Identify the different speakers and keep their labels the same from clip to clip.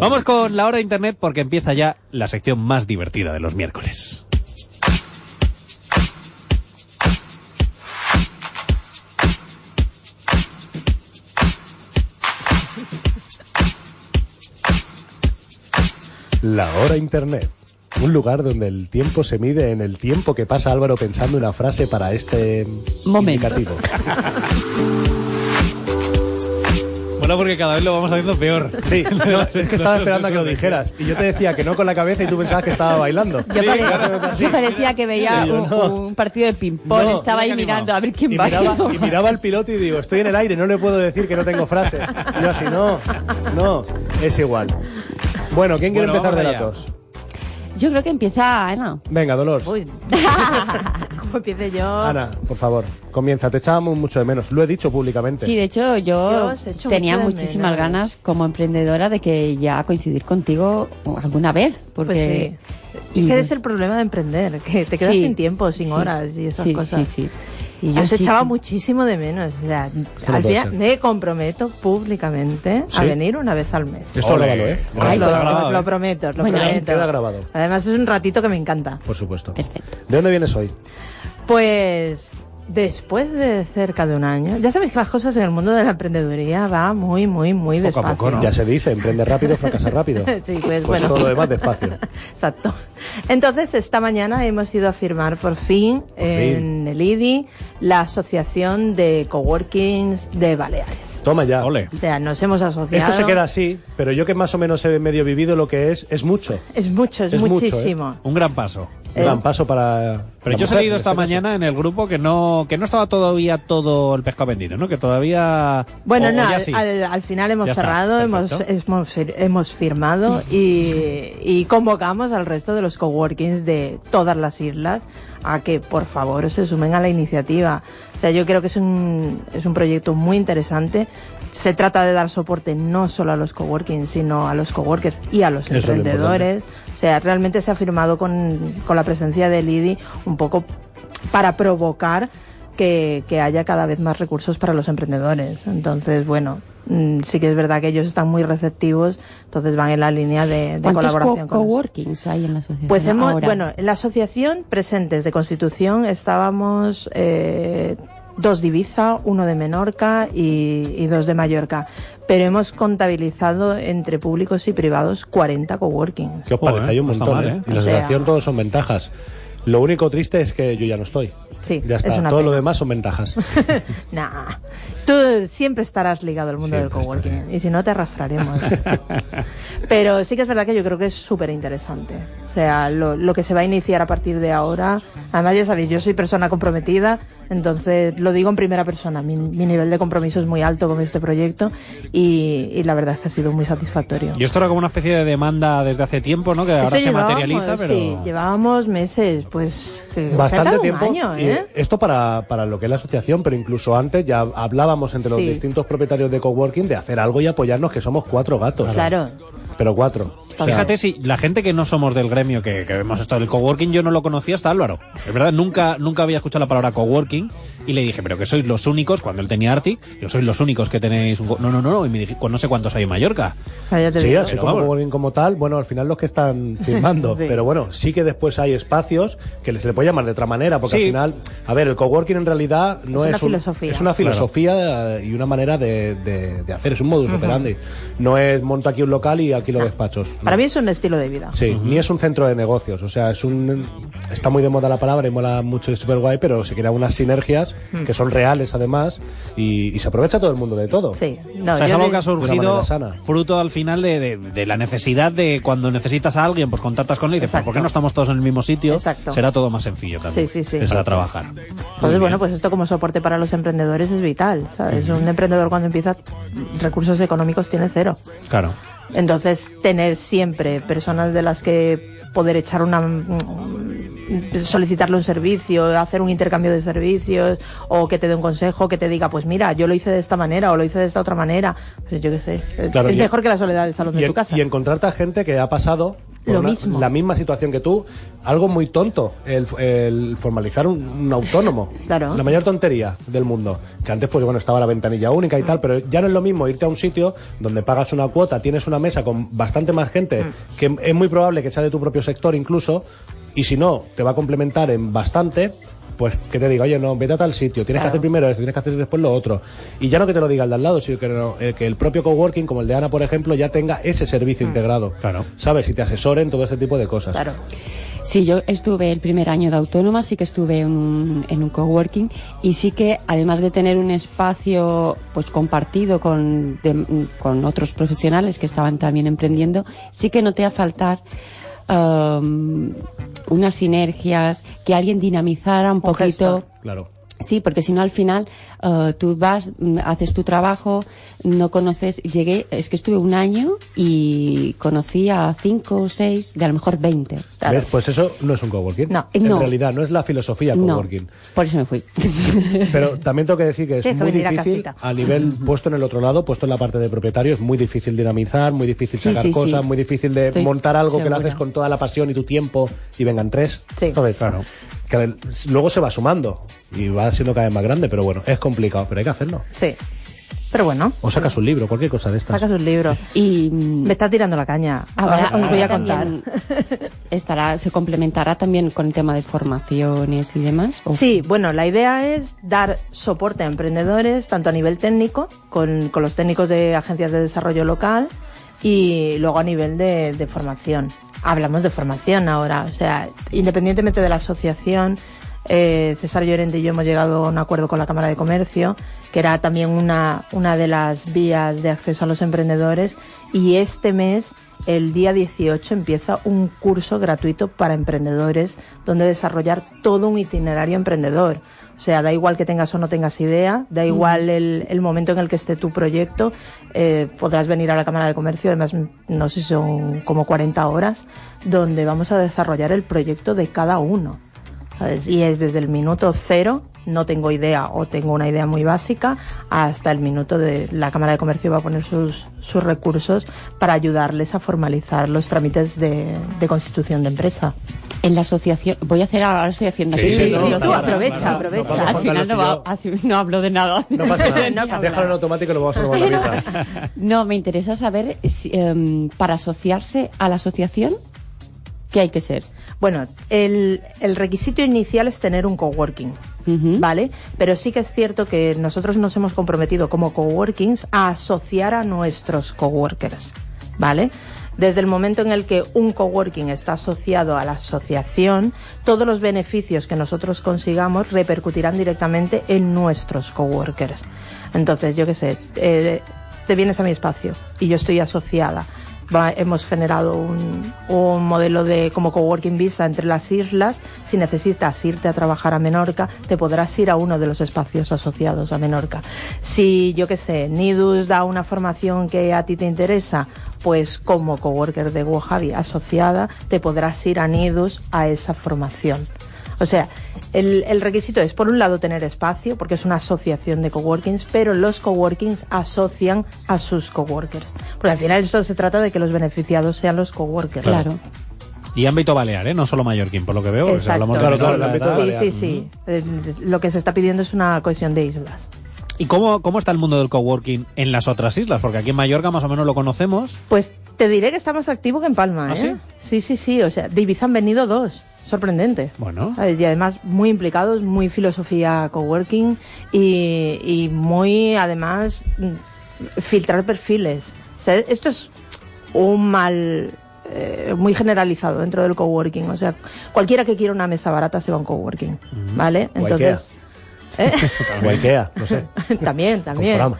Speaker 1: Vamos con la hora de internet porque empieza ya la sección más divertida de los miércoles.
Speaker 2: La hora internet. Un lugar donde el tiempo se mide en el tiempo que pasa Álvaro pensando una frase para este
Speaker 3: Momento.
Speaker 2: indicativo.
Speaker 1: Bueno, porque cada vez lo vamos haciendo peor.
Speaker 2: Sí, no, es que estaba esperando a que lo dijeras. Y yo te decía que no con la cabeza y tú pensabas que estaba bailando.
Speaker 3: Yo, pare-
Speaker 2: Sí.
Speaker 3: yo parecía que veía
Speaker 2: Yo
Speaker 3: un,
Speaker 2: no.
Speaker 3: un partido de ping-pong,
Speaker 2: No,
Speaker 3: estaba ahí
Speaker 1: mira que
Speaker 3: mirando
Speaker 1: animado.
Speaker 3: a ver quién
Speaker 2: Y
Speaker 3: va.
Speaker 2: miraba, y miraba al piloto y digo, estoy en el aire, no le puedo decir que no tengo frase. Y yo así, no, no, es igual. Bueno, ¿quién quiere
Speaker 1: Bueno,
Speaker 2: empezar de
Speaker 1: vamos
Speaker 2: las
Speaker 1: allá.
Speaker 2: dos?
Speaker 3: Yo creo que empieza Ana.
Speaker 2: Venga, Dolores.
Speaker 3: Uy. ¿Cómo empiece yo?
Speaker 2: Ana, por favor, comienza. Te echábamos mucho de menos. Lo he dicho públicamente.
Speaker 3: Sí, de hecho
Speaker 4: Yo
Speaker 3: yo
Speaker 4: os echo
Speaker 3: tenía
Speaker 4: mucho de
Speaker 3: muchísimas
Speaker 4: menos. ¿eh?
Speaker 3: ganas como emprendedora de que ya coincidir contigo alguna vez, porque
Speaker 4: Pues
Speaker 3: y-
Speaker 4: sí. Es que es el problema de emprender, que te quedas
Speaker 3: Sí.
Speaker 4: sin tiempo, sin
Speaker 3: Sí.
Speaker 4: horas y esas
Speaker 3: Sí,
Speaker 4: cosas.
Speaker 3: sí, sí.
Speaker 4: Y yo
Speaker 3: Así
Speaker 4: se echaba
Speaker 3: que-
Speaker 4: muchísimo de menos. O sea,
Speaker 2: no
Speaker 4: al
Speaker 2: puede
Speaker 4: final
Speaker 2: ser.
Speaker 4: me comprometo públicamente a
Speaker 2: ¿Sí?
Speaker 4: venir una vez al mes.
Speaker 2: Esto
Speaker 1: Ole.
Speaker 2: grábalo, ¿eh?
Speaker 1: Ay,
Speaker 4: lo,
Speaker 1: lo has grabado,
Speaker 4: lo
Speaker 1: ¿eh?
Speaker 4: prometo, lo
Speaker 3: Bueno,
Speaker 4: prometo.
Speaker 2: queda grabado.
Speaker 4: Además es un ratito que me encanta.
Speaker 2: Por supuesto.
Speaker 3: Perfecto.
Speaker 2: ¿De dónde vienes hoy?
Speaker 4: Pues después de cerca de un año, ya sabéis que las cosas en el mundo de la emprendeduría va muy, muy, muy
Speaker 1: Poco a
Speaker 4: despacio.
Speaker 1: poco, ¿no?
Speaker 2: Ya se dice, emprende rápido, fracasa rápido.
Speaker 4: Sí, pues,
Speaker 2: Pues
Speaker 4: bueno.
Speaker 2: todo lo demás despacio.
Speaker 4: Exacto. Entonces, esta mañana hemos ido a firmar por fin en el IDI la Asociación de Coworkings de Baleares.
Speaker 2: Toma ya.
Speaker 1: Ole.
Speaker 4: O sea, nos hemos asociado.
Speaker 2: Esto se queda así, pero yo que más o menos he medio vivido lo que es, es mucho.
Speaker 4: Es mucho, es,
Speaker 2: Es mucho, ¿eh?
Speaker 4: muchísimo.
Speaker 1: Un gran paso.
Speaker 2: Un gran paso para.
Speaker 1: Pero
Speaker 2: la
Speaker 1: yo
Speaker 2: mujer,
Speaker 1: he salido
Speaker 2: en
Speaker 1: esta
Speaker 2: este caso.
Speaker 1: mañana en el grupo que no que no estaba todavía todo el pescado vendido, ¿no? Que todavía
Speaker 4: Bueno,
Speaker 1: o- o
Speaker 4: no,
Speaker 1: ya
Speaker 4: al,
Speaker 1: sí.
Speaker 4: al- al final hemos
Speaker 1: Ya está,
Speaker 4: cerrado, hemos,
Speaker 1: perfecto.
Speaker 4: hemos, fir- hemos firmado y, y convocamos al resto de los coworkings de todas las islas a que por favor se sumen a la iniciativa. O sea, yo creo que es un, es un proyecto muy interesante. Se trata de dar soporte no solo a los coworkings, sino a los coworkers y a los
Speaker 2: Eso es lo
Speaker 4: emprendedores. O sea, realmente se ha firmado con, con la presencia del IDI un poco para provocar que, que haya cada vez más recursos para los emprendedores. Entonces, bueno, mm, sí que es verdad que ellos están muy receptivos, entonces van en la línea de, de
Speaker 3: ¿Cuántos
Speaker 4: colaboración
Speaker 3: co-
Speaker 4: con nosotros.
Speaker 3: coworkings hay en la asociación?
Speaker 4: Pues hemos,
Speaker 3: ahora?
Speaker 4: bueno, en la asociación presentes de Constitución estábamos eh, dos de Ibiza, uno de Menorca y, y dos de Mallorca. Pero hemos contabilizado entre públicos y privados 40 coworkings.
Speaker 2: ¿Qué os
Speaker 1: Joder,
Speaker 2: parece? Hay un
Speaker 1: no está
Speaker 2: montón,
Speaker 1: mal,
Speaker 2: ¿eh?
Speaker 1: ¿eh?
Speaker 2: Y la
Speaker 4: O sea-
Speaker 2: asociación todos son ventajas. Lo único triste es que yo ya no estoy.
Speaker 4: Sí,
Speaker 2: Ya está.
Speaker 4: es una
Speaker 2: todo
Speaker 4: pena.
Speaker 2: lo demás son ventajas.
Speaker 4: Nah, tú siempre estarás ligado al mundo
Speaker 2: Siempre
Speaker 4: del coworking y si no te arrastraremos. Pero sí que es verdad que yo creo que es súper interesante. O sea, lo, lo que se va a iniciar a partir de ahora, además ya sabéis, yo soy persona comprometida, entonces lo digo en primera persona, mi, mi nivel de compromiso es muy alto con este proyecto y, y la verdad es que ha sido muy satisfactorio.
Speaker 1: Y esto era como una especie de demanda desde hace tiempo, ¿no? Que ahora
Speaker 4: Esto
Speaker 1: se
Speaker 4: llevábamos,
Speaker 1: materializa, pero
Speaker 4: Sí, llevábamos meses, pues... que- cerca de
Speaker 2: Bastante
Speaker 4: un
Speaker 2: tiempo.
Speaker 4: año,
Speaker 2: y
Speaker 4: ¿eh?
Speaker 2: esto para, para lo que es la asociación, pero incluso antes ya hablábamos entre los
Speaker 4: Sí.
Speaker 2: distintos propietarios de coworking de hacer algo y apoyarnos, que somos cuatro gatos.
Speaker 4: Claro.
Speaker 2: Pero cuatro. O sea,
Speaker 1: Fíjate si la gente que no somos del gremio, que, que hemos estado en el coworking, yo no lo conocía hasta Álvaro. Es verdad, nunca, nunca había escuchado la palabra coworking y le dije, pero que sois los únicos, cuando él tenía Arctic, yo sois los únicos que tenéis un... co-". No, no, no, no, y me dije, "Pues no sé cuántos hay en Mallorca.
Speaker 4: Ah, ya te
Speaker 2: Sí,
Speaker 4: digo.
Speaker 2: así
Speaker 1: Pero
Speaker 2: como
Speaker 1: vamos.
Speaker 2: coworking como tal, bueno, al final los que están firmando,
Speaker 4: Sí.
Speaker 2: pero bueno, sí que después hay espacios que se le puede llamar de otra manera, porque
Speaker 1: Sí.
Speaker 2: al final, a ver, el coworking en realidad no es,
Speaker 4: Es una
Speaker 2: un-
Speaker 4: filosofía.
Speaker 2: es una
Speaker 1: Claro.
Speaker 2: filosofía eh, y una manera de, de- de hacer, es un modus operandi. No es monto aquí un local y aquí los despachos. ¿no?
Speaker 4: Ah, Para mí es un estilo de vida.
Speaker 2: Sí, ni es un centro de negocios, o sea, es un está muy de moda la palabra y mola mucho, es súper guay, pero se crean unas sinergias
Speaker 4: Mm.
Speaker 2: que son reales además y, y se aprovecha todo el mundo de todo.
Speaker 4: Sí, no,
Speaker 1: Pues, o sea, es
Speaker 4: yo
Speaker 1: algo que
Speaker 4: le-
Speaker 1: ha
Speaker 2: de una
Speaker 1: surgido
Speaker 2: manera sana.
Speaker 1: fruto al final de, de- de la necesidad de cuando necesitas a alguien, pues contactas con él y dices, "Pues, ¿por qué no estamos todos en el mismo sitio?
Speaker 4: Exacto.
Speaker 1: Será todo más sencillo también
Speaker 4: Sí, sí, sí.
Speaker 1: para
Speaker 4: Exacto.
Speaker 1: trabajar. Muy
Speaker 4: Entonces,
Speaker 1: bien.
Speaker 4: bueno, pues esto como soporte para los emprendedores es vital. ¿sabes? Un emprendedor cuando empieza recursos económicos tiene cero.
Speaker 1: Claro.
Speaker 4: Entonces, tener siempre personas de las que poder echar una mm, solicitarle un servicio, hacer un intercambio de servicios o que te dé un consejo, que te diga, pues mira, yo lo hice de esta manera o lo hice de esta otra manera, pues yo qué sé,
Speaker 2: Claro,
Speaker 4: es
Speaker 2: y-
Speaker 4: mejor que la soledad del salón
Speaker 2: y,
Speaker 4: de
Speaker 2: en-
Speaker 4: tu casa.
Speaker 2: y encontrarte a gente que ha pasado por
Speaker 4: Lo
Speaker 2: una-
Speaker 4: mismo.
Speaker 2: la misma situación que tú, algo muy tonto, el, el formalizar un, un autónomo.
Speaker 4: Claro.
Speaker 2: La mayor tontería del mundo. Que antes, pues bueno, estaba la ventanilla única y tal, pero ya no es lo mismo irte a un sitio donde pagas una cuota, tienes una mesa con bastante más gente,
Speaker 4: Mm.
Speaker 2: que es muy probable que sea de tu propio sector incluso, y si no, te va a complementar en bastante. Pues que te diga, oye, no, vete a tal sitio, tienes que
Speaker 4: Claro.
Speaker 2: hacer primero esto, tienes que hacer después lo otro. Y ya no que te lo diga el de al lado, sino que, no- eh, que el propio coworking, como el de Ana, por ejemplo, ya tenga ese servicio integrado.
Speaker 1: Claro.
Speaker 2: ¿Sabes? Y te asesoren todo ese tipo de cosas.
Speaker 4: Mm. Claro.
Speaker 3: Sí, yo estuve el primer año de autónoma, sí que estuve en un, en un coworking y sí que además de tener un espacio pues compartido con, de- con otros profesionales que estaban también emprendiendo, sí que noté a faltar um, unas sinergias, que alguien dinamizara un, poquito.
Speaker 4: gestor.
Speaker 2: Claro.
Speaker 3: Sí, porque si no al final eh, tú vas, mm, haces tu trabajo, no conoces, llegué, es que estuve un año y conocí a cinco o seis, de a lo mejor veinte.
Speaker 4: Claro.
Speaker 2: ¿Ves? Pues eso no es un coworking.
Speaker 4: No.
Speaker 2: En
Speaker 3: No.
Speaker 2: realidad, no es la filosofía
Speaker 3: No,
Speaker 2: coworking.
Speaker 3: por eso me fui.
Speaker 2: Pero también tengo que decir que es
Speaker 4: Deja
Speaker 2: muy
Speaker 4: venir a
Speaker 2: difícil
Speaker 4: casita.
Speaker 2: a nivel puesto en el otro lado, puesto en la parte de propietario, es muy difícil dinamizar, muy difícil
Speaker 3: Sí,
Speaker 2: sacar
Speaker 3: sí, sí.
Speaker 2: cosas, muy difícil de
Speaker 3: Estoy
Speaker 2: montar algo que lo
Speaker 3: segura.
Speaker 2: haces con toda la pasión y tu tiempo y vengan tres.
Speaker 4: Sí.
Speaker 2: ¿Sabes? Claro. Que a ver, luego se va sumando y va siendo cada vez más grande, pero bueno, es complicado, pero hay que hacerlo.
Speaker 4: Sí. Pero bueno,
Speaker 2: O sacas un libro, cualquier cosa de estas.
Speaker 4: sacas un libro.
Speaker 3: y mm,
Speaker 4: Me está tirando la caña.
Speaker 3: ahora,
Speaker 4: os voy a
Speaker 3: ahora
Speaker 4: contar.
Speaker 3: también estará, se complementará también con el tema de formaciones y demás. ¿o?
Speaker 4: Sí, bueno, la idea es dar soporte a emprendedores, tanto a nivel técnico, con, con los técnicos de agencias de desarrollo local, y luego a nivel de, de formación. Hablamos de formación ahora, o sea, independientemente de la asociación, eh, César Llorente y yo hemos llegado a un acuerdo con la Cámara de Comercio, que era también una, una de las vías de acceso a los emprendedores, y este mes el día 18 empieza un curso gratuito para emprendedores donde desarrollar todo un itinerario emprendedor. O sea, da igual que tengas o no tengas idea, da igual el, el momento en el que esté tu proyecto, eh, podrás venir a la Cámara de Comercio, además no sé si son como 40 horas, donde vamos a desarrollar el proyecto de cada uno. ¿sabes? Y es desde el minuto cero, no tengo idea o tengo una idea muy básica, hasta el minuto de la Cámara de Comercio va a poner sus, sus recursos para ayudarles a formalizar los trámites de, de constitución de empresa.
Speaker 3: En la asociación, voy a hacer ahora, ahora estoy haciendo
Speaker 2: Sí,
Speaker 3: así.
Speaker 2: sí, no, no,
Speaker 4: tú
Speaker 2: no,
Speaker 4: aprovecha,
Speaker 2: no, no, no,
Speaker 4: aprovecha.
Speaker 2: no, no,
Speaker 3: al
Speaker 2: Juan
Speaker 3: final
Speaker 2: Carlos
Speaker 3: no,
Speaker 2: y
Speaker 3: va-
Speaker 2: yo-
Speaker 3: así- no hablo de nada.
Speaker 2: No pasa nada.
Speaker 4: No pasa
Speaker 2: Déjalo en
Speaker 4: nada.
Speaker 2: automático y lo vamos a tomar la vida.
Speaker 3: No, me interesa saber si, em, para asociarse a la asociación, ¿qué hay que ser?
Speaker 4: Bueno, el, el requisito inicial es tener un coworking,
Speaker 3: Ujú.
Speaker 4: ¿vale? Pero sí que es cierto que nosotros nos hemos comprometido como coworkings a asociar a nuestros coworkers, ¿vale? Desde el momento en el que un coworking está asociado a la asociación, todos los beneficios que nosotros consigamos repercutirán directamente en nuestros coworkers. Entonces, yo qué sé, eh, te vienes a mi espacio y yo estoy asociada. Va- hemos generado un, un modelo de como coworking visa entre las islas. Si necesitas irte a trabajar a Menorca, te podrás ir a uno de los espacios asociados a Menorca. Si, yo qué sé, Nidus da una formación que a ti te interesa, pues como coworker de Wojavi asociada, te podrás ir a Nidus a esa formación. O sea, el, el requisito es, por un lado, tener espacio, porque es una asociación de coworkings, pero los coworkings asocian a sus coworkers. Porque al final esto se trata de que los beneficiados sean los coworkers.
Speaker 3: Claro.
Speaker 1: Y ámbito balear, ¿eh? No solo mallorquín, por lo que veo. porque si
Speaker 4: Exacto.
Speaker 1: hablamos de
Speaker 2: Claro, claro,
Speaker 1: Menorca,
Speaker 2: el ámbito
Speaker 1: tal.
Speaker 4: Sí, sí, sí. Eh, Lo que se está pidiendo es una cohesión de islas.
Speaker 1: ¿Y cómo, cómo está el mundo del coworking en las otras islas? Porque aquí en Mallorca más o menos lo conocemos.
Speaker 4: Pues te diré que está más activo que en Palma,
Speaker 1: ¿Ah,
Speaker 4: ¿eh?
Speaker 1: sí?
Speaker 4: sí, sí, sí. O sea, de Ibiza han venido dos. Sorprendente.
Speaker 1: Bueno.
Speaker 4: Eh, Y además muy implicados, muy filosofía coworking y, y muy, además, mm, filtrar perfiles. O sea, esto es un mal eh, muy generalizado dentro del coworking. O sea, cualquiera que quiera una mesa barata se va a un coworking, ¿vale?
Speaker 2: O Pues
Speaker 4: ¿Eh?
Speaker 2: O Ikea, no sé.
Speaker 4: también, también.
Speaker 2: Conforama.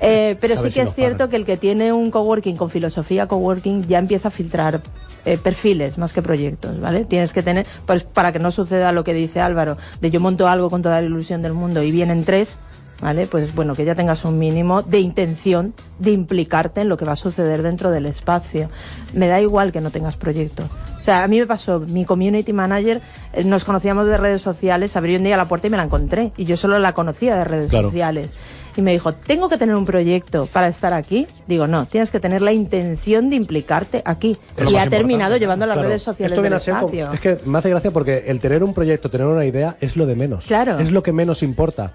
Speaker 4: Eh, pero sí
Speaker 2: Sabes si
Speaker 4: que es
Speaker 2: los
Speaker 4: cierto
Speaker 2: pagan.
Speaker 4: que el que tiene un coworking con filosofía coworking ya empieza a filtrar eh, perfiles más que proyectos, ¿vale? Tienes que tener, pues, para que no suceda lo que dice Álvaro, de yo monto algo con toda la ilusión del mundo y vienen tres, ¿vale? Pues bueno, que ya tengas un mínimo de intención de implicarte en lo que va a suceder dentro del espacio. Me da igual que no tengas proyectos. O sea, a mí me pasó, mi community manager, eh, nos conocíamos de redes sociales, abrió un día la puerta y me la encontré. Y yo solo la conocía de redes
Speaker 2: Claro.
Speaker 4: sociales. y me dijo, tengo que tener un proyecto para estar aquí. Digo, no, tienes que tener la intención de implicarte aquí.
Speaker 2: Es lo
Speaker 4: y
Speaker 2: más
Speaker 4: ha terminado
Speaker 2: importante.
Speaker 4: llevando a las
Speaker 2: Claro,
Speaker 4: redes sociales
Speaker 2: esto
Speaker 4: del
Speaker 2: viene a ser como-
Speaker 4: espacio.
Speaker 2: es que me hace gracia porque el tener un proyecto, tener una idea, es lo de menos.
Speaker 4: Claro.
Speaker 2: Es lo que menos importa.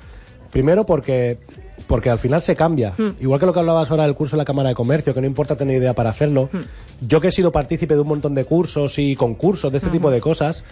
Speaker 2: Primero porque porque al final se cambia.
Speaker 4: Hmm.
Speaker 2: Igual que lo que hablabas ahora del curso de la Cámara de Comercio, que no importa tener idea para hacerlo.
Speaker 4: Hmm.
Speaker 2: Yo que he sido partícipe de un montón de cursos y concursos de
Speaker 4: Hmm.
Speaker 2: este tipo de cosas,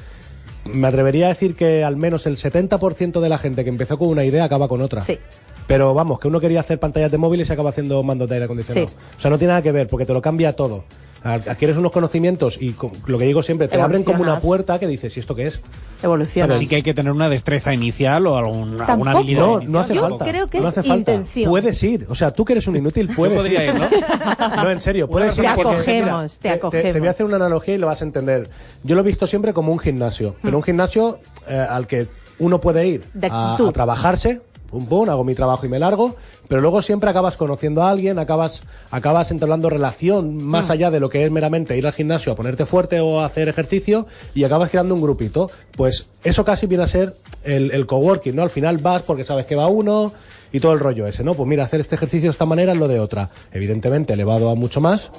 Speaker 2: me atrevería a decir que al menos el 70% de la gente que empezó con una idea acaba con otra.
Speaker 4: Sí.
Speaker 2: Pero vamos, que uno quería hacer pantallas de móviles y se acaba haciendo mandos de aire acondicionado.
Speaker 4: Sí.
Speaker 2: O sea, no tiene nada que ver, porque te lo cambia todo. A- Adquieres unos conocimientos y co- lo que digo siempre, te abren como una
Speaker 4: Evolucionas.
Speaker 2: puerta que dices, ¿y esto qué es?
Speaker 4: Evoluciona.
Speaker 1: Así que hay que tener una destreza inicial o algún, alguna
Speaker 4: Tampoco. ¿eh?
Speaker 1: habilidad.
Speaker 2: No,
Speaker 1: inicial.
Speaker 2: no hace
Speaker 4: Yo
Speaker 2: falta.
Speaker 4: creo que
Speaker 2: no
Speaker 4: es
Speaker 2: hace falta.
Speaker 4: intención.
Speaker 2: Puedes ir. O sea, tú que eres un inútil,
Speaker 1: Yo
Speaker 2: puedes
Speaker 1: podría ir, ¿no?
Speaker 2: No, en serio, puedes
Speaker 1: persona
Speaker 2: ir
Speaker 1: Te
Speaker 2: porque-
Speaker 4: acogemos,
Speaker 2: mira,
Speaker 4: te acogemos.
Speaker 2: Te voy a hacer una analogía y lo vas a entender. Yo lo he visto siempre como un gimnasio, pero un gimnasio eh, al que uno puede ir
Speaker 4: Mm. De
Speaker 2: a,
Speaker 4: actitud.
Speaker 2: a trabajarse. Pum, pum, hago mi trabajo y me largo, pero luego siempre acabas conociendo a alguien, acabas, acabas entablando relación
Speaker 4: Mm.
Speaker 2: más allá de lo que es meramente ir al gimnasio a ponerte fuerte o a hacer ejercicio y acabas creando un grupito. Pues eso casi viene a ser el, el coworking, ¿no? Al final vas porque sabes que va uno y todo el rollo ese, ¿no? Pues mira, hacer este ejercicio de esta manera es lo de otra. Evidentemente, elevado a mucho más,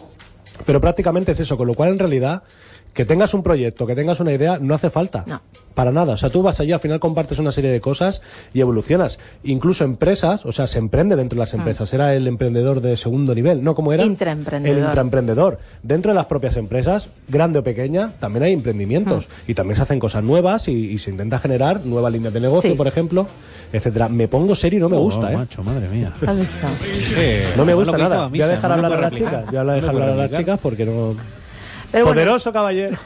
Speaker 2: pero prácticamente es eso, con lo cual en realidad que tengas un proyecto, que tengas una idea, no hace falta.
Speaker 4: No.
Speaker 2: Para nada. O sea, tú vas allí, al final compartes una serie de cosas y evolucionas. Incluso empresas, o sea, se emprende dentro de las
Speaker 4: Ah.
Speaker 2: empresas. Era el emprendedor de segundo nivel, ¿no? ¿Cómo era?
Speaker 4: Intraemprendedor.
Speaker 2: El intraemprendedor. Dentro de las propias empresas, grande o pequeña, también hay emprendimientos.
Speaker 4: Ah.
Speaker 2: Y también se hacen cosas nuevas y, y se intenta generar nuevas líneas de negocio,
Speaker 4: Sí.
Speaker 2: por ejemplo, etcétera. Me pongo serio y no me gusta,
Speaker 1: Oh,
Speaker 2: ¿eh?
Speaker 1: macho, madre mía.
Speaker 4: ¿Has visto?
Speaker 1: Sí,
Speaker 2: No me
Speaker 1: lo
Speaker 2: gusta
Speaker 1: que hizo
Speaker 2: nada.
Speaker 1: Misa,
Speaker 2: voy a dejar
Speaker 1: no lo
Speaker 2: hablar a
Speaker 1: puedo
Speaker 2: las
Speaker 1: replicar.
Speaker 2: chicas. Voy a
Speaker 1: No lo
Speaker 2: dejar
Speaker 1: puedo
Speaker 2: hablar a las
Speaker 1: replicar.
Speaker 2: chicas porque no...
Speaker 4: Pero bueno,
Speaker 2: Poderoso caballero.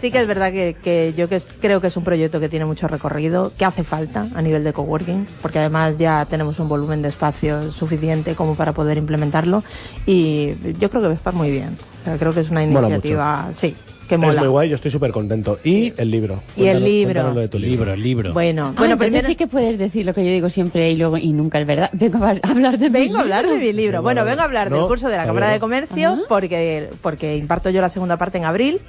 Speaker 4: sí que es verdad que, que yo que es- creo que es un proyecto que tiene mucho recorrido, que hace falta a nivel de coworking, porque además ya tenemos un volumen de espacio suficiente como para poder implementarlo y yo creo que va a estar muy bien. O sea, creo que es una
Speaker 2: Mola
Speaker 4: iniciativa, sí, que
Speaker 2: Es
Speaker 4: mola.
Speaker 2: muy guay, yo estoy súper contento. Y el libro.
Speaker 4: Y el libro.
Speaker 2: cuéntanos lo de tu
Speaker 1: El libro, el libro.
Speaker 4: Bueno, pues
Speaker 3: bueno,
Speaker 4: bueno, primero-
Speaker 3: Ah, sí que puedes decir lo que yo digo siempre y luego y nunca, es verdad. Vengo a hablar de mi
Speaker 4: Vengo a hablar de mi libro.
Speaker 2: Vengo
Speaker 4: Bueno,
Speaker 2: a hablar-
Speaker 4: vengo a hablar del
Speaker 2: No,
Speaker 4: curso de la
Speaker 2: está
Speaker 4: Cámara
Speaker 2: bien.
Speaker 4: de Comercio porque, porque imparto yo la segunda parte en abril.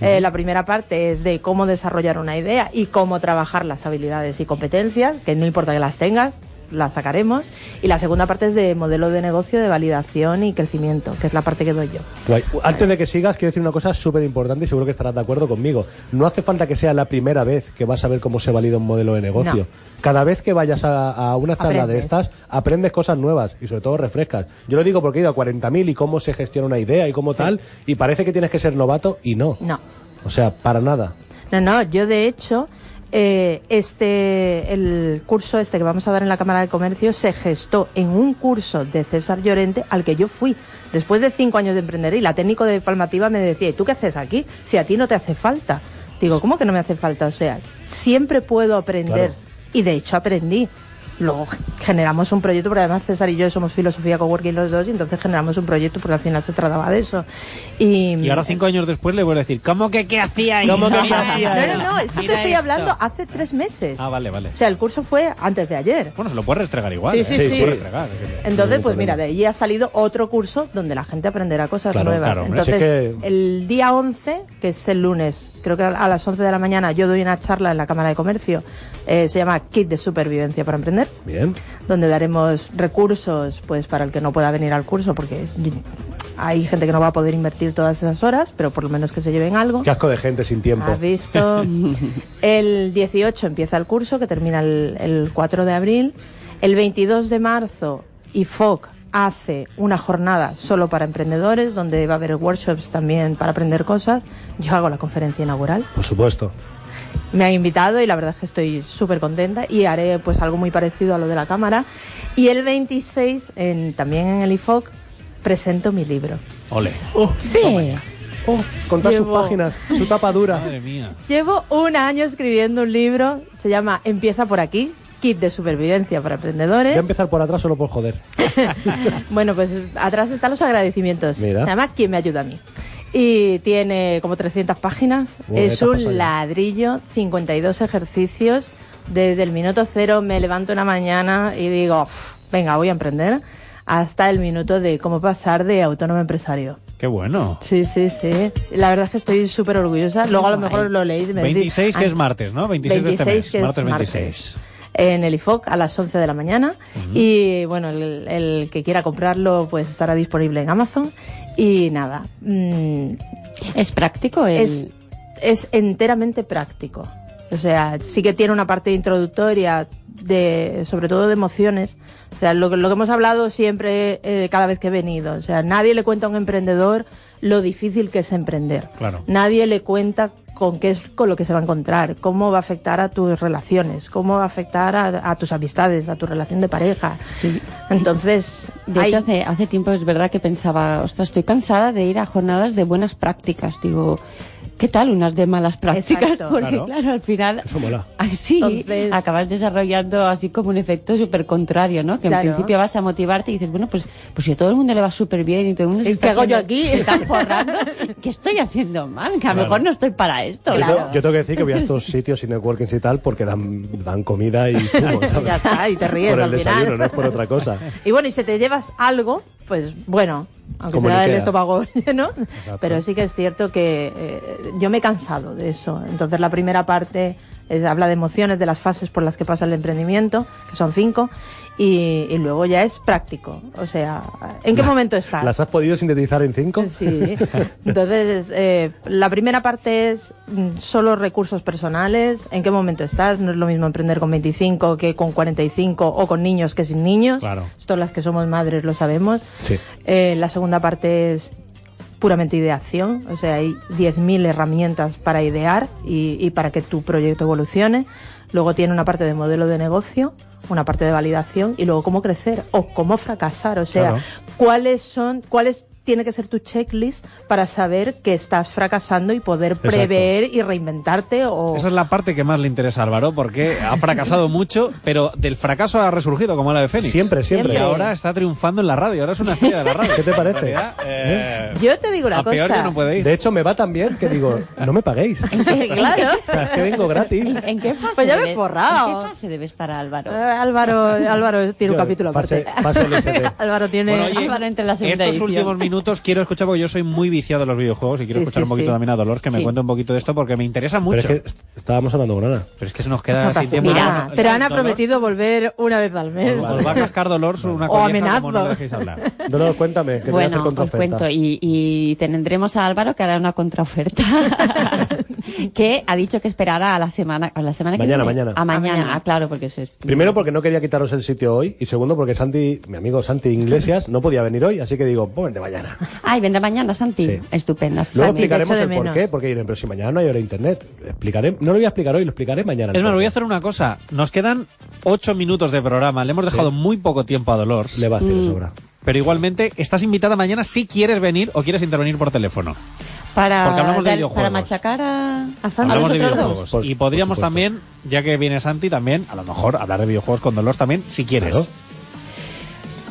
Speaker 4: Eh, la primera parte es de cómo desarrollar una idea y cómo trabajar las habilidades y competencias, que no importa que las tengas, las sacaremos. Y la segunda parte es de modelo de negocio, de validación y crecimiento, que es la parte que doy yo.
Speaker 2: Guay. Antes de que sigas, quiero decir una cosa súper importante y seguro que estarás de acuerdo conmigo. No hace falta que sea la primera vez que vas a ver cómo se valida un modelo de negocio.
Speaker 4: No.
Speaker 2: Cada vez que vayas a, a una charla de
Speaker 4: Aprendes.
Speaker 2: estas, aprendes cosas nuevas y sobre todo refrescas. Yo lo digo porque he ido a 40.000 y cómo se gestiona una idea y cómo tal, y parece que tienes que ser novato y no.
Speaker 4: No.
Speaker 2: O sea, para nada.
Speaker 4: No, no, yo de hecho, eh, este, el curso este que vamos a dar en la Cámara de Comercio se gestó en un curso de César Llorente al que yo fui. Después de cinco años de emprender y la técnico de Palmativa me decía, ¿y tú qué haces aquí? Si a ti no te hace falta. Digo, ¿cómo que no me hace falta? O sea, siempre puedo aprender.
Speaker 2: Claro.
Speaker 4: Y de hecho aprendí. Luego generamos un proyecto, porque además César y yo somos filosofía coworking los dos, y entonces generamos un proyecto porque al final se trataba de eso. Y,
Speaker 1: Y ahora cinco años después le voy a decir, ¿cómo que qué hacía ahí?
Speaker 2: ¿Cómo que qué
Speaker 1: Mira
Speaker 2: hacía
Speaker 1: esto,
Speaker 2: ahí?
Speaker 4: no, no, no, es que te
Speaker 1: mira
Speaker 4: estoy
Speaker 1: esto.
Speaker 4: hablando hace tres meses.
Speaker 1: Ah, vale, vale.
Speaker 4: O sea, el curso fue antes de ayer.
Speaker 1: Bueno, se lo puedes restregar igual.
Speaker 4: Sí,
Speaker 1: ¿eh?
Speaker 4: sí, Sí, sí.
Speaker 1: Se puede restregar. ¿eh?
Speaker 4: Entonces,
Speaker 2: no
Speaker 4: pues
Speaker 2: problema.
Speaker 4: mira, de allí ha salido otro curso donde la gente aprenderá cosas
Speaker 1: Claro,
Speaker 4: nuevas.
Speaker 1: claro, hombre,
Speaker 4: Entonces,
Speaker 2: así que-
Speaker 4: el día 11, que es el lunes, creo que a las 11 de la mañana, yo doy una charla en la Cámara de Comercio. eh, se llama Kit de Supervivencia para Emprender
Speaker 2: Bien.
Speaker 4: donde daremos recursos pues para el que no pueda venir al curso porque hay gente que no va a poder invertir todas esas horas pero por lo menos que se lleven algo
Speaker 2: Qué asco de gente sin tiempo.
Speaker 4: Has visto. El 18 empieza el curso, que termina el, el 4 de abril. El 22 de marzo, IFOC hace una jornada solo para emprendedores, donde va a haber workshops también para aprender cosas. Yo hago la conferencia inaugural.
Speaker 2: Por supuesto.
Speaker 4: Me han invitado y la verdad es que estoy súper contenta y haré pues algo muy parecido a lo de la cámara. Y el 26, en- también en el IFOC, presento mi libro.
Speaker 1: Ole.
Speaker 3: Ve.
Speaker 2: Oh, contar sus
Speaker 4: Llevo-
Speaker 2: páginas, su tapa dura.
Speaker 1: Madre mía.
Speaker 4: Llevo un año escribiendo un libro, se llama Empieza por aquí, kit de supervivencia para
Speaker 2: Voy
Speaker 4: emprendedores.
Speaker 2: a empezar por atrás solo por joder.
Speaker 4: Bueno, pues atrás están los agradecimientos.
Speaker 2: Mira.
Speaker 4: Además, ¿quién me ayuda a mí? Y tiene como 300 páginas.
Speaker 2: Bueno,
Speaker 4: es
Speaker 2: ya te has pasado
Speaker 4: un
Speaker 2: ya.
Speaker 4: ladrillo, 52 ejercicios. Desde el minuto cero me levanto una mañana y digo, "Uf, venga, voy a emprender. Hasta el minuto de cómo pasar de autónomo a empresario.
Speaker 1: Qué bueno.
Speaker 4: Sí, sí, sí. La verdad es que estoy súper orgullosa. Luego a lo
Speaker 3: Guay.
Speaker 4: mejor lo leéis y me decís,
Speaker 1: 26 que
Speaker 4: "Ah,
Speaker 1: es martes, ¿no? 26 de este mes.
Speaker 4: que es
Speaker 1: martes
Speaker 4: martes.
Speaker 1: 26.
Speaker 4: en el IFOC a las 11 de la mañana. Y bueno, el, el que quiera comprarlo, pues estará disponible en Amazon. Y nada, mm,
Speaker 3: Es práctico el...
Speaker 4: es, es enteramente práctico. O sea, sí que tiene una parte introductoria de, sobre todo de emociones. O sea, lo, que- lo que hemos hablado siempre eh, cada vez que he venido. O sea, nadie le cuenta a un emprendedor lo difícil que es emprender.
Speaker 1: Claro.
Speaker 4: Nadie le cuenta con qué es con lo que se va a encontrar, cómo va a afectar a tus relaciones, cómo va a afectar a, a tus amistades, a tu relación de pareja.
Speaker 3: Sí.
Speaker 4: Entonces,
Speaker 3: De
Speaker 4: hay-
Speaker 3: hecho, hace, hace tiempo es verdad que pensaba, ostras, estoy cansada de ir a jornadas de buenas prácticas. Digo, ¿qué tal unas de malas prácticas?
Speaker 4: Exacto.
Speaker 3: Porque
Speaker 1: Claro.
Speaker 3: claro. al final...
Speaker 2: Eso mola.
Speaker 3: Así
Speaker 4: Entonces-
Speaker 3: acabas desarrollando así como un efecto súper contrario, ¿no? Que
Speaker 4: Claro.
Speaker 3: en principio vas a motivarte y dices, bueno, pues, pues si a todo el mundo le va súper bien y todo el mundo... se
Speaker 4: ¿Qué
Speaker 3: está
Speaker 4: hago yo
Speaker 3: haciendo-
Speaker 4: aquí?
Speaker 3: se está forrando, ¿Qué estoy haciendo mal? Que a
Speaker 1: Claro.
Speaker 3: lo mejor no estoy para esto.
Speaker 2: Yo,
Speaker 4: Claro.
Speaker 2: tengo, yo tengo que decir que voy a estos sitios y networkings y tal porque dan, dan comida y zumo, ¿sabes?
Speaker 4: Ya está, y te ríes
Speaker 2: Por el
Speaker 4: al final.
Speaker 2: desayuno, no es por otra cosa.
Speaker 4: Y bueno, y si te llevas algo, pues bueno, aunque
Speaker 2: Como
Speaker 4: sea
Speaker 2: Ikea.
Speaker 4: el estómago lleno, pero sí que es cierto que eh, yo me he cansado de eso. Entonces la primera parte es- habla de emociones, de las fases por las que pasa el emprendimiento, que son cinco, y, y luego ya es práctico. O sea, ¿en qué momento estás?
Speaker 2: ¿Las has podido sintetizar en cinco?
Speaker 4: Sí. Entonces, eh, la primera parte es mm, solo recursos personales, en qué momento estás, no es lo mismo emprender con 25 que con 45 o con niños que sin niños.
Speaker 1: Claro.
Speaker 4: Todas las que somos madres lo sabemos.
Speaker 2: Sí.
Speaker 4: Eh, la segunda parte es puramente ideación, o sea, hay 10.000 herramientas para idear y, y para que tu proyecto evolucione. Luego tiene una parte de modelo de negocio, una parte de validación y luego cómo crecer o cómo fracasar, o sea,
Speaker 1: Claro.
Speaker 4: cuáles son, cuáles tiene que ser tu checklist para saber que estás fracasando y poder
Speaker 2: Exacto.
Speaker 4: prever y reinventarte o
Speaker 1: Esa es la parte que más le interesa a Álvaro, porque ha fracasado mucho, pero del fracaso ha resurgido como la de Fénix.
Speaker 2: Siempre, siempre.
Speaker 1: Y ahora está triunfando en la radio, ahora es una estrella de la radio.
Speaker 2: ¿Qué te parece?
Speaker 1: En realidad, eh,
Speaker 4: Yo te digo una
Speaker 1: a peor
Speaker 4: cosa.
Speaker 1: ya no puede ir.
Speaker 2: De hecho, me va tan bien que digo, no me paguéis. O
Speaker 4: claro.
Speaker 2: sea, es que vengo gratis.
Speaker 3: ¿En, en qué fase
Speaker 4: Pues ya me he
Speaker 3: debe-
Speaker 4: forrado.
Speaker 3: ¿En qué fase debe estar Álvaro?
Speaker 4: Eh, Álvaro, Álvaro tiene un
Speaker 2: Yo,
Speaker 4: capítulo aparte.
Speaker 2: pase- pase el SD.
Speaker 4: Álvaro tiene
Speaker 1: Bueno, oye,
Speaker 3: Álvaro entra en la segunda
Speaker 1: estos
Speaker 3: edición.
Speaker 1: últimos minutos quiero escuchar, porque yo soy muy viciado a los videojuegos y quiero
Speaker 4: Sí,
Speaker 1: escuchar
Speaker 4: sí,
Speaker 1: un poquito
Speaker 4: sí.
Speaker 1: también a Dolores que me
Speaker 3: Sí.
Speaker 1: cuente un poquito de esto porque me interesa
Speaker 2: Pero
Speaker 1: mucho.
Speaker 2: es que est- estábamos hablando con Ana.
Speaker 1: se nos queda
Speaker 4: No
Speaker 1: así
Speaker 4: pasa
Speaker 1: tiempo.
Speaker 4: nada.
Speaker 1: Bueno,
Speaker 4: Mira, pero Ana ha
Speaker 1: Dolores,
Speaker 4: prometido volver una vez al mes.
Speaker 1: Os va a cascar Dolores una
Speaker 4: O
Speaker 1: colleja como
Speaker 4: amenazlo.
Speaker 1: no le dejéis hablar.
Speaker 2: Dolores, cuéntame, que te voy a
Speaker 3: Bueno,
Speaker 2: hacer
Speaker 3: os
Speaker 2: contraoferta.
Speaker 3: cuento. Y, y tendremos a Álvaro que hará una contraoferta. que ha dicho que esperará a la semana, a la semana que
Speaker 2: Mañana,
Speaker 3: viene.
Speaker 2: mañana.
Speaker 3: A mañana,
Speaker 4: A mañana.
Speaker 3: ah, claro, porque eso es.
Speaker 2: Primero porque no quería quitaros el sitio hoy y segundo porque Santi, mi amigo Santi Iglesias, no podía venir hoy, así que digo, pues de mañana.
Speaker 3: Ay, vendrá mañana, Santi.
Speaker 2: Sí.
Speaker 3: Estupendo.
Speaker 2: Luego
Speaker 4: Santi, te
Speaker 2: explicaremos
Speaker 4: echo
Speaker 2: el
Speaker 4: de
Speaker 2: por
Speaker 4: menos.
Speaker 2: qué, porque dirán, pero si mañana no hay hora de internet. Explicaré, no lo voy a explicar hoy, lo explicaré mañana.
Speaker 1: Es más,
Speaker 2: entonces.
Speaker 1: voy a hacer una cosa. Nos quedan ocho minutos de programa. Le hemos dejado muy poco tiempo a Dolores.
Speaker 2: Le va a hacer
Speaker 3: Mm.
Speaker 2: de sobra.
Speaker 1: Pero igualmente, estás invitada mañana si quieres venir o quieres intervenir por teléfono.
Speaker 3: para,
Speaker 1: porque hablamos de
Speaker 3: dar-
Speaker 1: videojuegos.
Speaker 3: para machacar a, a Santi.
Speaker 1: Hablamos de
Speaker 3: ¿Vosotros dos?
Speaker 1: videojuegos.
Speaker 2: Por-
Speaker 1: y podríamos
Speaker 2: por supuesto.
Speaker 1: también, ya que viene Santi, también, a lo mejor, hablar de videojuegos con Dolores también, si quieres.
Speaker 2: Claro.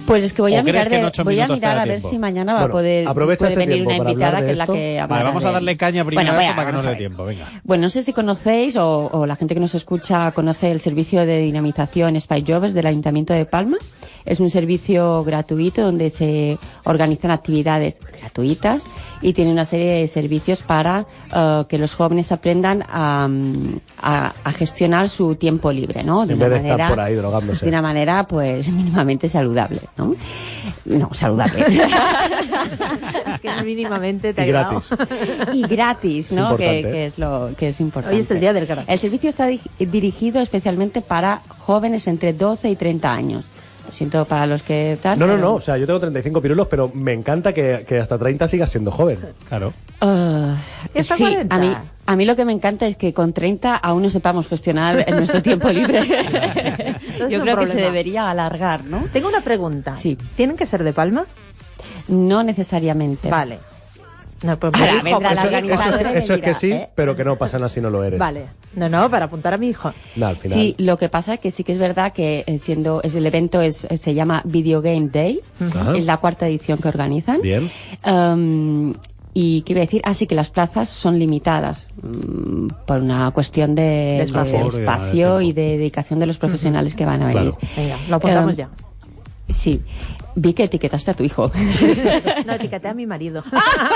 Speaker 3: Pues es que voy
Speaker 1: ¿O
Speaker 3: a
Speaker 1: crees
Speaker 3: mirar,
Speaker 1: que en
Speaker 3: de-
Speaker 1: ocho
Speaker 3: voy a,
Speaker 1: minutos te da
Speaker 3: mirar a ver
Speaker 1: tiempo?
Speaker 3: si mañana va
Speaker 2: Bueno,
Speaker 3: a poder
Speaker 2: aprovecha
Speaker 3: puede
Speaker 2: este
Speaker 3: venir
Speaker 2: tiempo
Speaker 3: una
Speaker 2: para
Speaker 3: invitada
Speaker 2: hablar
Speaker 3: que
Speaker 2: de
Speaker 3: es la
Speaker 2: esto.
Speaker 3: que
Speaker 1: Vale,
Speaker 3: hablará
Speaker 1: vamos a
Speaker 3: de-
Speaker 1: darle caña primero
Speaker 3: Bueno,
Speaker 1: a esto
Speaker 3: vaya,
Speaker 1: para que nos
Speaker 3: vamos a
Speaker 1: dé
Speaker 3: ver.
Speaker 1: tiempo. Venga.
Speaker 3: Bueno, no sé si conocéis o, o la gente que nos escucha conoce el servicio de dinamización Spice Jobs del Ayuntamiento de Palma. Es un servicio gratuito donde se organizan actividades gratuitas y tiene una serie de servicios para eh, que los jóvenes aprendan a, mm, a- a gestionar su tiempo libre, ¿no?
Speaker 2: En vez de estar por ahí drogándose.
Speaker 3: De una manera, pues, mínimamente saludable, ¿no? No, saludable.
Speaker 4: Es que mínimamente te ha
Speaker 2: Y
Speaker 4: quedado.
Speaker 2: gratis.
Speaker 3: y gratis,
Speaker 2: Es
Speaker 3: ¿no?
Speaker 2: importante,
Speaker 3: Que,
Speaker 2: ¿eh?
Speaker 3: que es lo que es importante.
Speaker 4: Hoy es el día del gratis.
Speaker 3: El servicio está di- dirigido especialmente para jóvenes entre 12 y 30 años. Lo siento para los que tal,
Speaker 2: No, no,
Speaker 3: pero-
Speaker 2: no, o sea, yo tengo 35 pirulos, pero me encanta que, que hasta 30 sigas siendo joven.
Speaker 1: Claro.
Speaker 3: Ah,
Speaker 4: Está
Speaker 3: sí,
Speaker 4: 40.
Speaker 3: a mí a mí lo que me encanta es que con 30 aún no sepamos gestionar en nuestro tiempo libre.
Speaker 4: es
Speaker 3: Yo creo
Speaker 4: un
Speaker 3: que
Speaker 4: problema.
Speaker 3: se debería alargar, ¿no?
Speaker 4: Tengo una pregunta.
Speaker 3: Sí.
Speaker 4: ¿Tienen que ser de Palma?
Speaker 3: No necesariamente.
Speaker 4: Vale. No, pues me
Speaker 3: Ahora
Speaker 4: dijo,
Speaker 3: vendrá
Speaker 4: pues
Speaker 3: la
Speaker 4: sí.
Speaker 3: organización.
Speaker 2: Eso,
Speaker 3: Padre
Speaker 2: eso es que
Speaker 3: dirá,
Speaker 2: sí,
Speaker 3: ¿eh?
Speaker 2: pero que no pasan así, no lo eres.
Speaker 4: Vale. No, no, para apuntar a mi hijo.
Speaker 2: Nada, al final.
Speaker 3: Sí, lo que pasa es que sí que es verdad que eh, siendo es el evento es, eh, se llama Video Game Day,
Speaker 2: Ajá.
Speaker 3: es la cuarta edición que organizan.
Speaker 2: Bien.
Speaker 3: Em, y qué iba a decir, así que las plazas son limitadas mm, por una cuestión de, de
Speaker 4: espacio.
Speaker 3: espacio y de dedicación de los profesionales que van a venir.
Speaker 2: Claro.
Speaker 4: Venga, lo apuntamos
Speaker 3: Em,
Speaker 4: ya.
Speaker 3: Sí. Vi que etiquetaste a tu hijo.
Speaker 4: No, etiqueté a mi marido.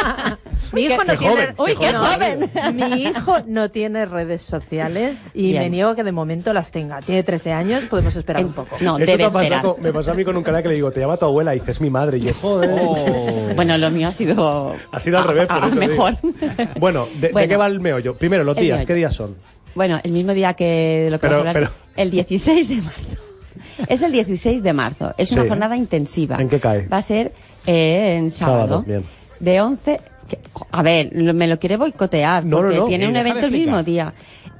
Speaker 4: mi hijo
Speaker 2: Qué
Speaker 4: no tiene.
Speaker 2: joven,
Speaker 3: Uy, qué
Speaker 4: no,
Speaker 3: joven.
Speaker 4: Mi hijo no tiene redes sociales y
Speaker 3: Bien.
Speaker 4: me niego que de momento las tenga. Tiene 13 años, podemos esperar
Speaker 3: En-
Speaker 4: un poco.
Speaker 3: No,
Speaker 2: Esto te
Speaker 3: debe
Speaker 2: ha pasado
Speaker 3: esperar.
Speaker 2: con- me pasó a mí con un canal que le digo, te llama tu abuela y dices, es mi madre. Y yo, joder.
Speaker 1: Oh.
Speaker 2: Pues
Speaker 3: Bueno, lo mío ha sido.
Speaker 2: Ha sido al
Speaker 3: a-
Speaker 2: revés,
Speaker 3: a-
Speaker 2: por
Speaker 3: a
Speaker 2: eso digo.
Speaker 3: Ah, mejor.
Speaker 2: Bueno, ¿de, de
Speaker 3: Bueno.
Speaker 2: qué va el meollo? Primero, los
Speaker 3: El
Speaker 2: días,
Speaker 3: meollo.
Speaker 2: ¿qué días son?
Speaker 3: Bueno, el mismo día que de lo que
Speaker 2: Pero-
Speaker 3: vamos a hablar,
Speaker 2: pero-
Speaker 3: el 16 de marzo. Es el 16 de marzo. Es una
Speaker 2: Sí.
Speaker 3: jornada intensiva.
Speaker 2: ¿En qué cae?
Speaker 3: Va a ser eh, en
Speaker 2: Sábado,
Speaker 3: sábado.
Speaker 2: bien.
Speaker 3: De 11. que- a ver, lo- me lo quiere boicotear
Speaker 2: No,
Speaker 3: porque
Speaker 2: no, no.
Speaker 3: tiene
Speaker 1: Y
Speaker 3: un
Speaker 1: deja de
Speaker 3: evento el mismo día.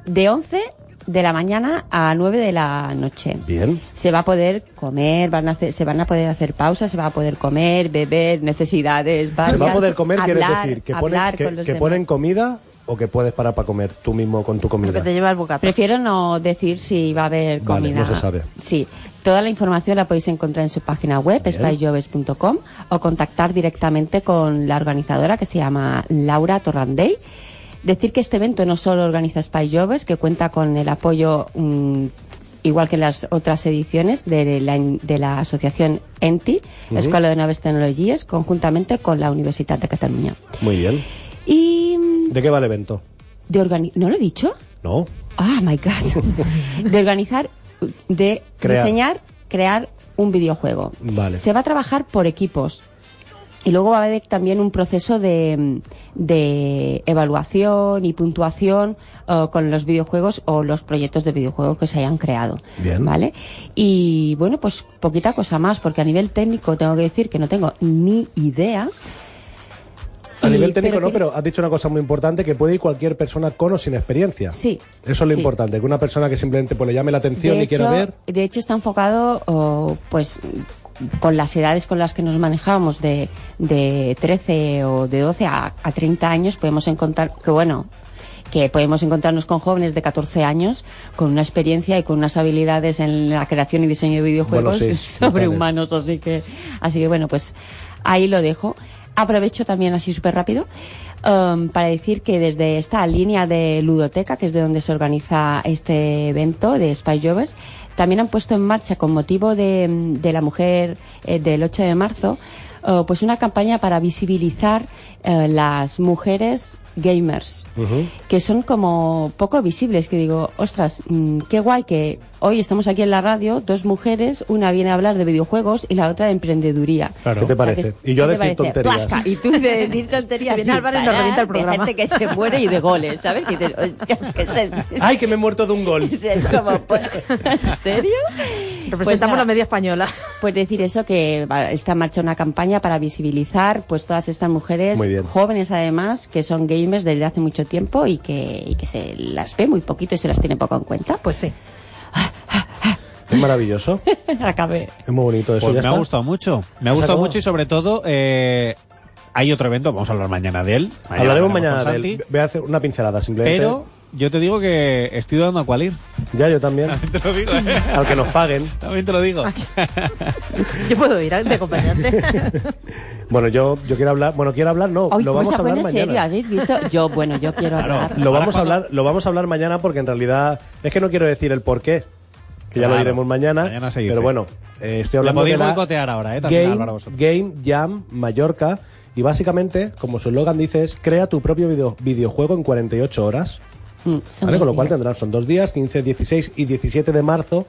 Speaker 3: De 11 de la mañana a 9 de la noche.
Speaker 2: Bien.
Speaker 3: Se va a poder comer, van a hacer- se van a poder hacer pausas, se va a poder comer, beber, necesidades,
Speaker 2: Se va a
Speaker 3: varias,
Speaker 2: poder comer, quieres
Speaker 3: hablar-
Speaker 2: decir, que ponen,
Speaker 3: hablar
Speaker 2: que-
Speaker 3: con los
Speaker 2: que
Speaker 3: demás.
Speaker 2: ponen comida o que puedes parar para comer tú mismo con tu
Speaker 4: Lo que
Speaker 2: comida.
Speaker 4: te lleva el bocata.
Speaker 3: Prefiero no decir si va a haber
Speaker 2: Vale,
Speaker 3: comida.
Speaker 2: no se sabe.
Speaker 3: Sí. Toda la información la podéis encontrar en su página web, spicejoves.com, o contactar directamente con la organizadora que se llama Laura Torrandey. Decir que este evento no solo organiza Spice Joves, que cuenta con el apoyo, mm, igual que en las otras ediciones, de la, de la asociación ENTI, Escuela de Nuevas Tecnologías, conjuntamente con la Universidad de Cataluña.
Speaker 2: Muy bien.
Speaker 3: Y mm,
Speaker 2: ¿De qué va el evento?
Speaker 3: de organi- ¿No lo he dicho?
Speaker 2: No.
Speaker 3: Ah, my God. De organizar, de
Speaker 2: Crear.
Speaker 3: diseñar, crear un videojuego.
Speaker 2: Vale.
Speaker 3: Se va a trabajar por equipos. Y luego va a haber también un proceso de, de evaluación y puntuación eh, con los videojuegos o los proyectos de videojuegos que se hayan creado.
Speaker 2: Bien.
Speaker 3: ¿Vale? Y bueno, pues poquita cosa más, porque a nivel técnico tengo que decir que no tengo ni idea.
Speaker 2: A
Speaker 3: Y-
Speaker 2: nivel técnico no,
Speaker 3: que-
Speaker 2: pero has dicho una cosa muy importante, que puede ir cualquier persona con o sin experiencia.
Speaker 3: Sí,
Speaker 2: Eso es lo
Speaker 3: sí.
Speaker 2: importante, que una persona que simplemente pues, le llame la atención y quiera ver...
Speaker 3: de hecho, está enfocado o, pues con las edades con las que nos manejamos de, de 13 o de 12 a, a 30 años podemos encontrar que bueno que podemos encontrarnos con jóvenes de 14 años con una experiencia y con unas habilidades en la creación y diseño de videojuegos
Speaker 2: Bueno, sí,
Speaker 3: sobrehumanos así que así que bueno pues ahí lo dejo aprovecho también así súper rápido em, para decir que desde esta línea de ludoteca que es de donde se organiza este evento de Spy Jovers también han puesto en marcha con motivo de, mm, de la mujer eh, del 8 de marzo eh, pues una campaña para visibilizar eh, las mujeres gamers
Speaker 2: Ujú.
Speaker 3: que son como poco visibles, que digo, ostras, mm, qué guay que hoy estamos aquí en la radio, dos mujeres, una viene a hablar de videojuegos y la otra de emprendeduría.
Speaker 1: Claro.
Speaker 2: ¿Qué te parece? Y yo a decir
Speaker 3: ¿Qué te parece?
Speaker 2: tonterías.
Speaker 3: Plasca, y tú de decir tonterías.
Speaker 4: Viene
Speaker 3: sin
Speaker 4: Álvarez y nos
Speaker 3: parar,
Speaker 4: revienta el programa.
Speaker 3: De gente que se muere y de goles, ¿sabes? Que dices, hostia, que se-
Speaker 2: ¡Ay, que me he muerto de un gol!
Speaker 3: es como, pues, ¿en serio? Pues
Speaker 4: Representamos
Speaker 3: nada.
Speaker 4: la media española.
Speaker 3: Pues decir eso, que va- está en marcha una campaña para visibilizar pues todas estas mujeres
Speaker 2: Muy bien.
Speaker 3: jóvenes además, que son gamers desde hace mucho tiempo y que, y que se las ve muy poquito y se las tiene poco en cuenta.
Speaker 4: Pues sí.
Speaker 2: Es maravilloso,
Speaker 3: Acabé.
Speaker 2: es muy bonito eso.
Speaker 1: Pues
Speaker 2: ¿ya
Speaker 1: me ha
Speaker 2: está?
Speaker 1: gustado mucho. Me
Speaker 2: ¿Ya
Speaker 1: ha
Speaker 2: se
Speaker 1: gustado
Speaker 2: acabó?
Speaker 1: mucho y sobre todo eh, hay otro evento, vamos a hablar mañana de él.
Speaker 2: Hablaremos
Speaker 1: Mañana hablaremos
Speaker 2: mañana
Speaker 1: con
Speaker 2: de
Speaker 1: Santi,
Speaker 2: él. Voy a hacer una pincelada simplemente.
Speaker 1: Pero yo te digo que estoy dando a cuál ir.
Speaker 2: Ya, yo también.
Speaker 1: Te lo digo, eh.
Speaker 2: Al que nos paguen.
Speaker 1: También te lo digo.
Speaker 4: Yo puedo ir ¿eh? de acompañante.
Speaker 2: Bueno, yo, yo quiero hablar. Bueno, quiero hablar, no.
Speaker 3: Hoy
Speaker 2: lo vamos
Speaker 3: vamos a
Speaker 2: a hablar
Speaker 3: poner
Speaker 2: mañana.
Speaker 3: serio, ¿habéis visto? Yo, bueno, yo quiero
Speaker 1: Claro.
Speaker 3: hablar.
Speaker 2: Lo
Speaker 1: Ahora
Speaker 2: vamos a
Speaker 1: cuando-
Speaker 2: hablar, lo vamos a hablar mañana porque en realidad es que no quiero decir el por qué, que ya
Speaker 1: Claro.
Speaker 2: lo diremos mañana.
Speaker 1: Mañana se dice.
Speaker 2: pero bueno, eh, estoy
Speaker 1: Lo
Speaker 2: hablando
Speaker 1: podéis
Speaker 2: de la
Speaker 1: boicotear ahora, eh, también,
Speaker 2: Game,
Speaker 1: Álvaro, vosotros.
Speaker 2: Game Jam Mallorca y básicamente, como su eslogan dice, es crea tu propio video- videojuego en 48 horas.
Speaker 3: Mm, son
Speaker 2: ¿vale? Con lo
Speaker 3: mis
Speaker 2: cual
Speaker 3: días.
Speaker 2: tendrán, son dos días, 15, 16 y 17 de marzo,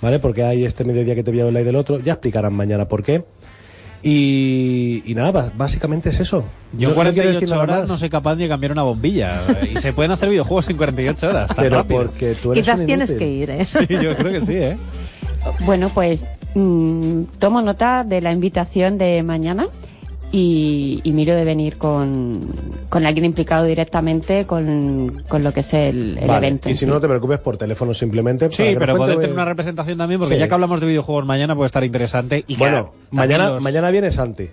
Speaker 2: ¿vale? Porque hay este mediodía que te voy a hablar y del otro, ya explicarán mañana por qué. Y, y nada, bas- básicamente es eso.
Speaker 1: Yo en
Speaker 2: no quiero decir
Speaker 1: 48
Speaker 2: nada
Speaker 1: horas
Speaker 2: más,
Speaker 1: no soy capaz ni de cambiar una bombilla. Y se pueden hacer videojuegos en 48 horas. tan
Speaker 2: pero
Speaker 1: rápido.
Speaker 2: porque tú eres
Speaker 4: Quizás
Speaker 2: un
Speaker 4: tienes
Speaker 2: inútil.
Speaker 4: que ir, ¿eh?
Speaker 1: Sí, yo creo que sí, ¿eh?
Speaker 3: Bueno, pues mm, tomo nota de la invitación de mañana y, y miro de venir con, con alguien implicado directamente con, con lo que es el, el
Speaker 2: Vale,
Speaker 3: evento.
Speaker 2: Y
Speaker 3: en
Speaker 2: si
Speaker 3: sí.
Speaker 2: no, no te preocupes por teléfono simplemente. para
Speaker 1: Sí,
Speaker 2: que nos
Speaker 1: pero
Speaker 2: cuente-
Speaker 1: poder tener una representación también, porque
Speaker 2: Sí.
Speaker 1: ya que hablamos de videojuegos mañana puede estar interesante. Y
Speaker 2: Bueno,
Speaker 1: que también
Speaker 2: mañana,
Speaker 1: los-
Speaker 2: mañana viene Santi.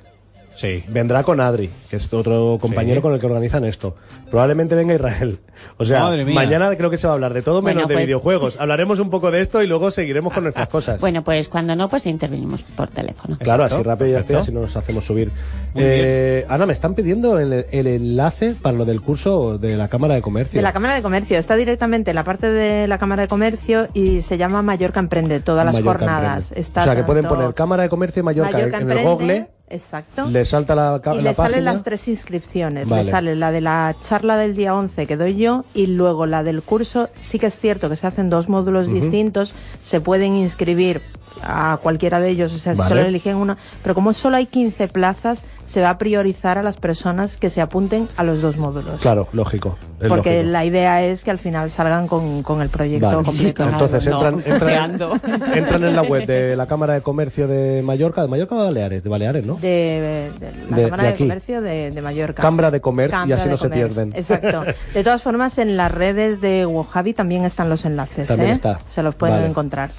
Speaker 1: Sí.
Speaker 2: Vendrá con Adri, que es otro compañero
Speaker 1: Sí.
Speaker 2: con el que organizan esto. Probablemente venga Israel. O sea,
Speaker 1: Madre mía.
Speaker 2: mañana creo que se va a hablar de todo menos
Speaker 3: Bueno,
Speaker 2: de
Speaker 3: pues-
Speaker 2: videojuegos. Hablaremos un poco de esto y luego seguiremos con nuestras cosas.
Speaker 3: Bueno, pues cuando no, pues intervenimos por teléfono.
Speaker 2: Claro,
Speaker 1: Exacto,
Speaker 2: así rápido y ya está,
Speaker 1: perfecto.
Speaker 2: así nos hacemos subir.
Speaker 1: Muy
Speaker 2: Eh, Ana, me están pidiendo el, el enlace para lo del curso de la Cámara de Comercio.
Speaker 4: De la Cámara de Comercio, está directamente en la parte de la Cámara de Comercio y se llama Mallorca Emprende, todas las
Speaker 2: Mallorca
Speaker 4: jornadas.
Speaker 2: Emprende.
Speaker 4: Está
Speaker 2: o sea, que pueden
Speaker 4: tanto
Speaker 2: poner Cámara de Comercio y Mallorca,
Speaker 4: Mallorca
Speaker 2: en el
Speaker 4: Emprende,
Speaker 2: Google,
Speaker 4: Exacto.
Speaker 2: le salta la, ca-
Speaker 4: y
Speaker 2: la
Speaker 4: le
Speaker 2: página.
Speaker 4: salen las tres inscripciones.
Speaker 2: Vale.
Speaker 4: Le sale la de la charla del día 11 que doy yo y luego la del curso. Sí que es cierto que se hacen dos módulos distintos. Se pueden inscribir a cualquiera de ellos, o sea,
Speaker 2: Vale.
Speaker 4: si solo eligen uno. Pero como solo hay 15 plazas, se va a priorizar a las personas que se apunten a los dos módulos.
Speaker 2: Claro, lógico. es
Speaker 4: Porque
Speaker 2: lógico.
Speaker 4: la idea es que al final salgan con, con el proyecto
Speaker 2: Vale.
Speaker 4: completo.
Speaker 2: Entonces
Speaker 5: No,
Speaker 2: entran, entran,
Speaker 5: creando.
Speaker 2: entran en la web de la Cámara de Comercio de Mallorca, de Mallorca o de Baleares, de Baleares, ¿no?
Speaker 4: de, de la
Speaker 2: De-
Speaker 4: Cámara
Speaker 2: de
Speaker 4: de,
Speaker 2: aquí.
Speaker 4: Comercio de, de Mallorca.
Speaker 2: Cámara de Comercio, y
Speaker 4: Cámara
Speaker 2: así
Speaker 4: de
Speaker 2: no se
Speaker 4: Comercio,
Speaker 2: pierden.
Speaker 4: Exacto. De todas formas, en las redes de Wojavi también están los enlaces.
Speaker 2: También
Speaker 4: ¿eh?
Speaker 2: está.
Speaker 4: Se los pueden
Speaker 2: Vale.
Speaker 4: encontrar.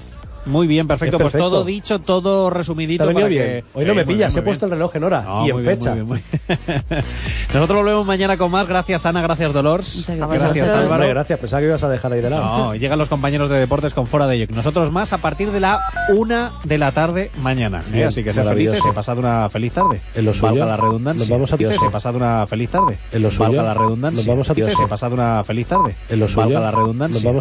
Speaker 1: Muy bien, perfecto.
Speaker 2: Es
Speaker 1: Pues
Speaker 2: perfecto.
Speaker 1: todo dicho, todo resumidito.
Speaker 2: Te ha venido
Speaker 1: para que-
Speaker 2: bien. Hoy
Speaker 1: Sí,
Speaker 2: no me
Speaker 1: muy
Speaker 2: pillas,
Speaker 1: bien,
Speaker 2: he
Speaker 1: muy
Speaker 2: puesto el
Speaker 1: bien.
Speaker 2: reloj en hora
Speaker 1: No,
Speaker 2: y en
Speaker 1: muy bien,
Speaker 2: fecha.
Speaker 1: muy bien, muy bien. Nosotros volvemos mañana con más. Gracias, Ana. Gracias, Dolores.
Speaker 3: Muchas gracias.
Speaker 1: Gracias,
Speaker 4: Gracias.
Speaker 1: Álvaro.
Speaker 2: Hombre, gracias, pensaba que ibas a dejar ahí de lado.
Speaker 1: No, llegan los compañeros de deportes con Fora de Ello. Nosotros más a partir de la una de la tarde mañana. ¿eh?
Speaker 2: Bien,
Speaker 1: Así que sed
Speaker 2: maravilloso.
Speaker 1: felices y pasad una feliz tarde.
Speaker 2: En lo suyo,
Speaker 1: Valga la redundancia.
Speaker 2: nos vamos a
Speaker 1: Felices
Speaker 2: Tioso.
Speaker 1: y pasad una feliz tarde.
Speaker 2: En lo suyo,
Speaker 1: Valga la redundancia.
Speaker 2: nos vamos a
Speaker 1: Felices
Speaker 2: Tioso.
Speaker 1: y pasad una feliz tarde.
Speaker 2: En lo suyo,
Speaker 1: Valga la redundancia.
Speaker 2: nos vamos a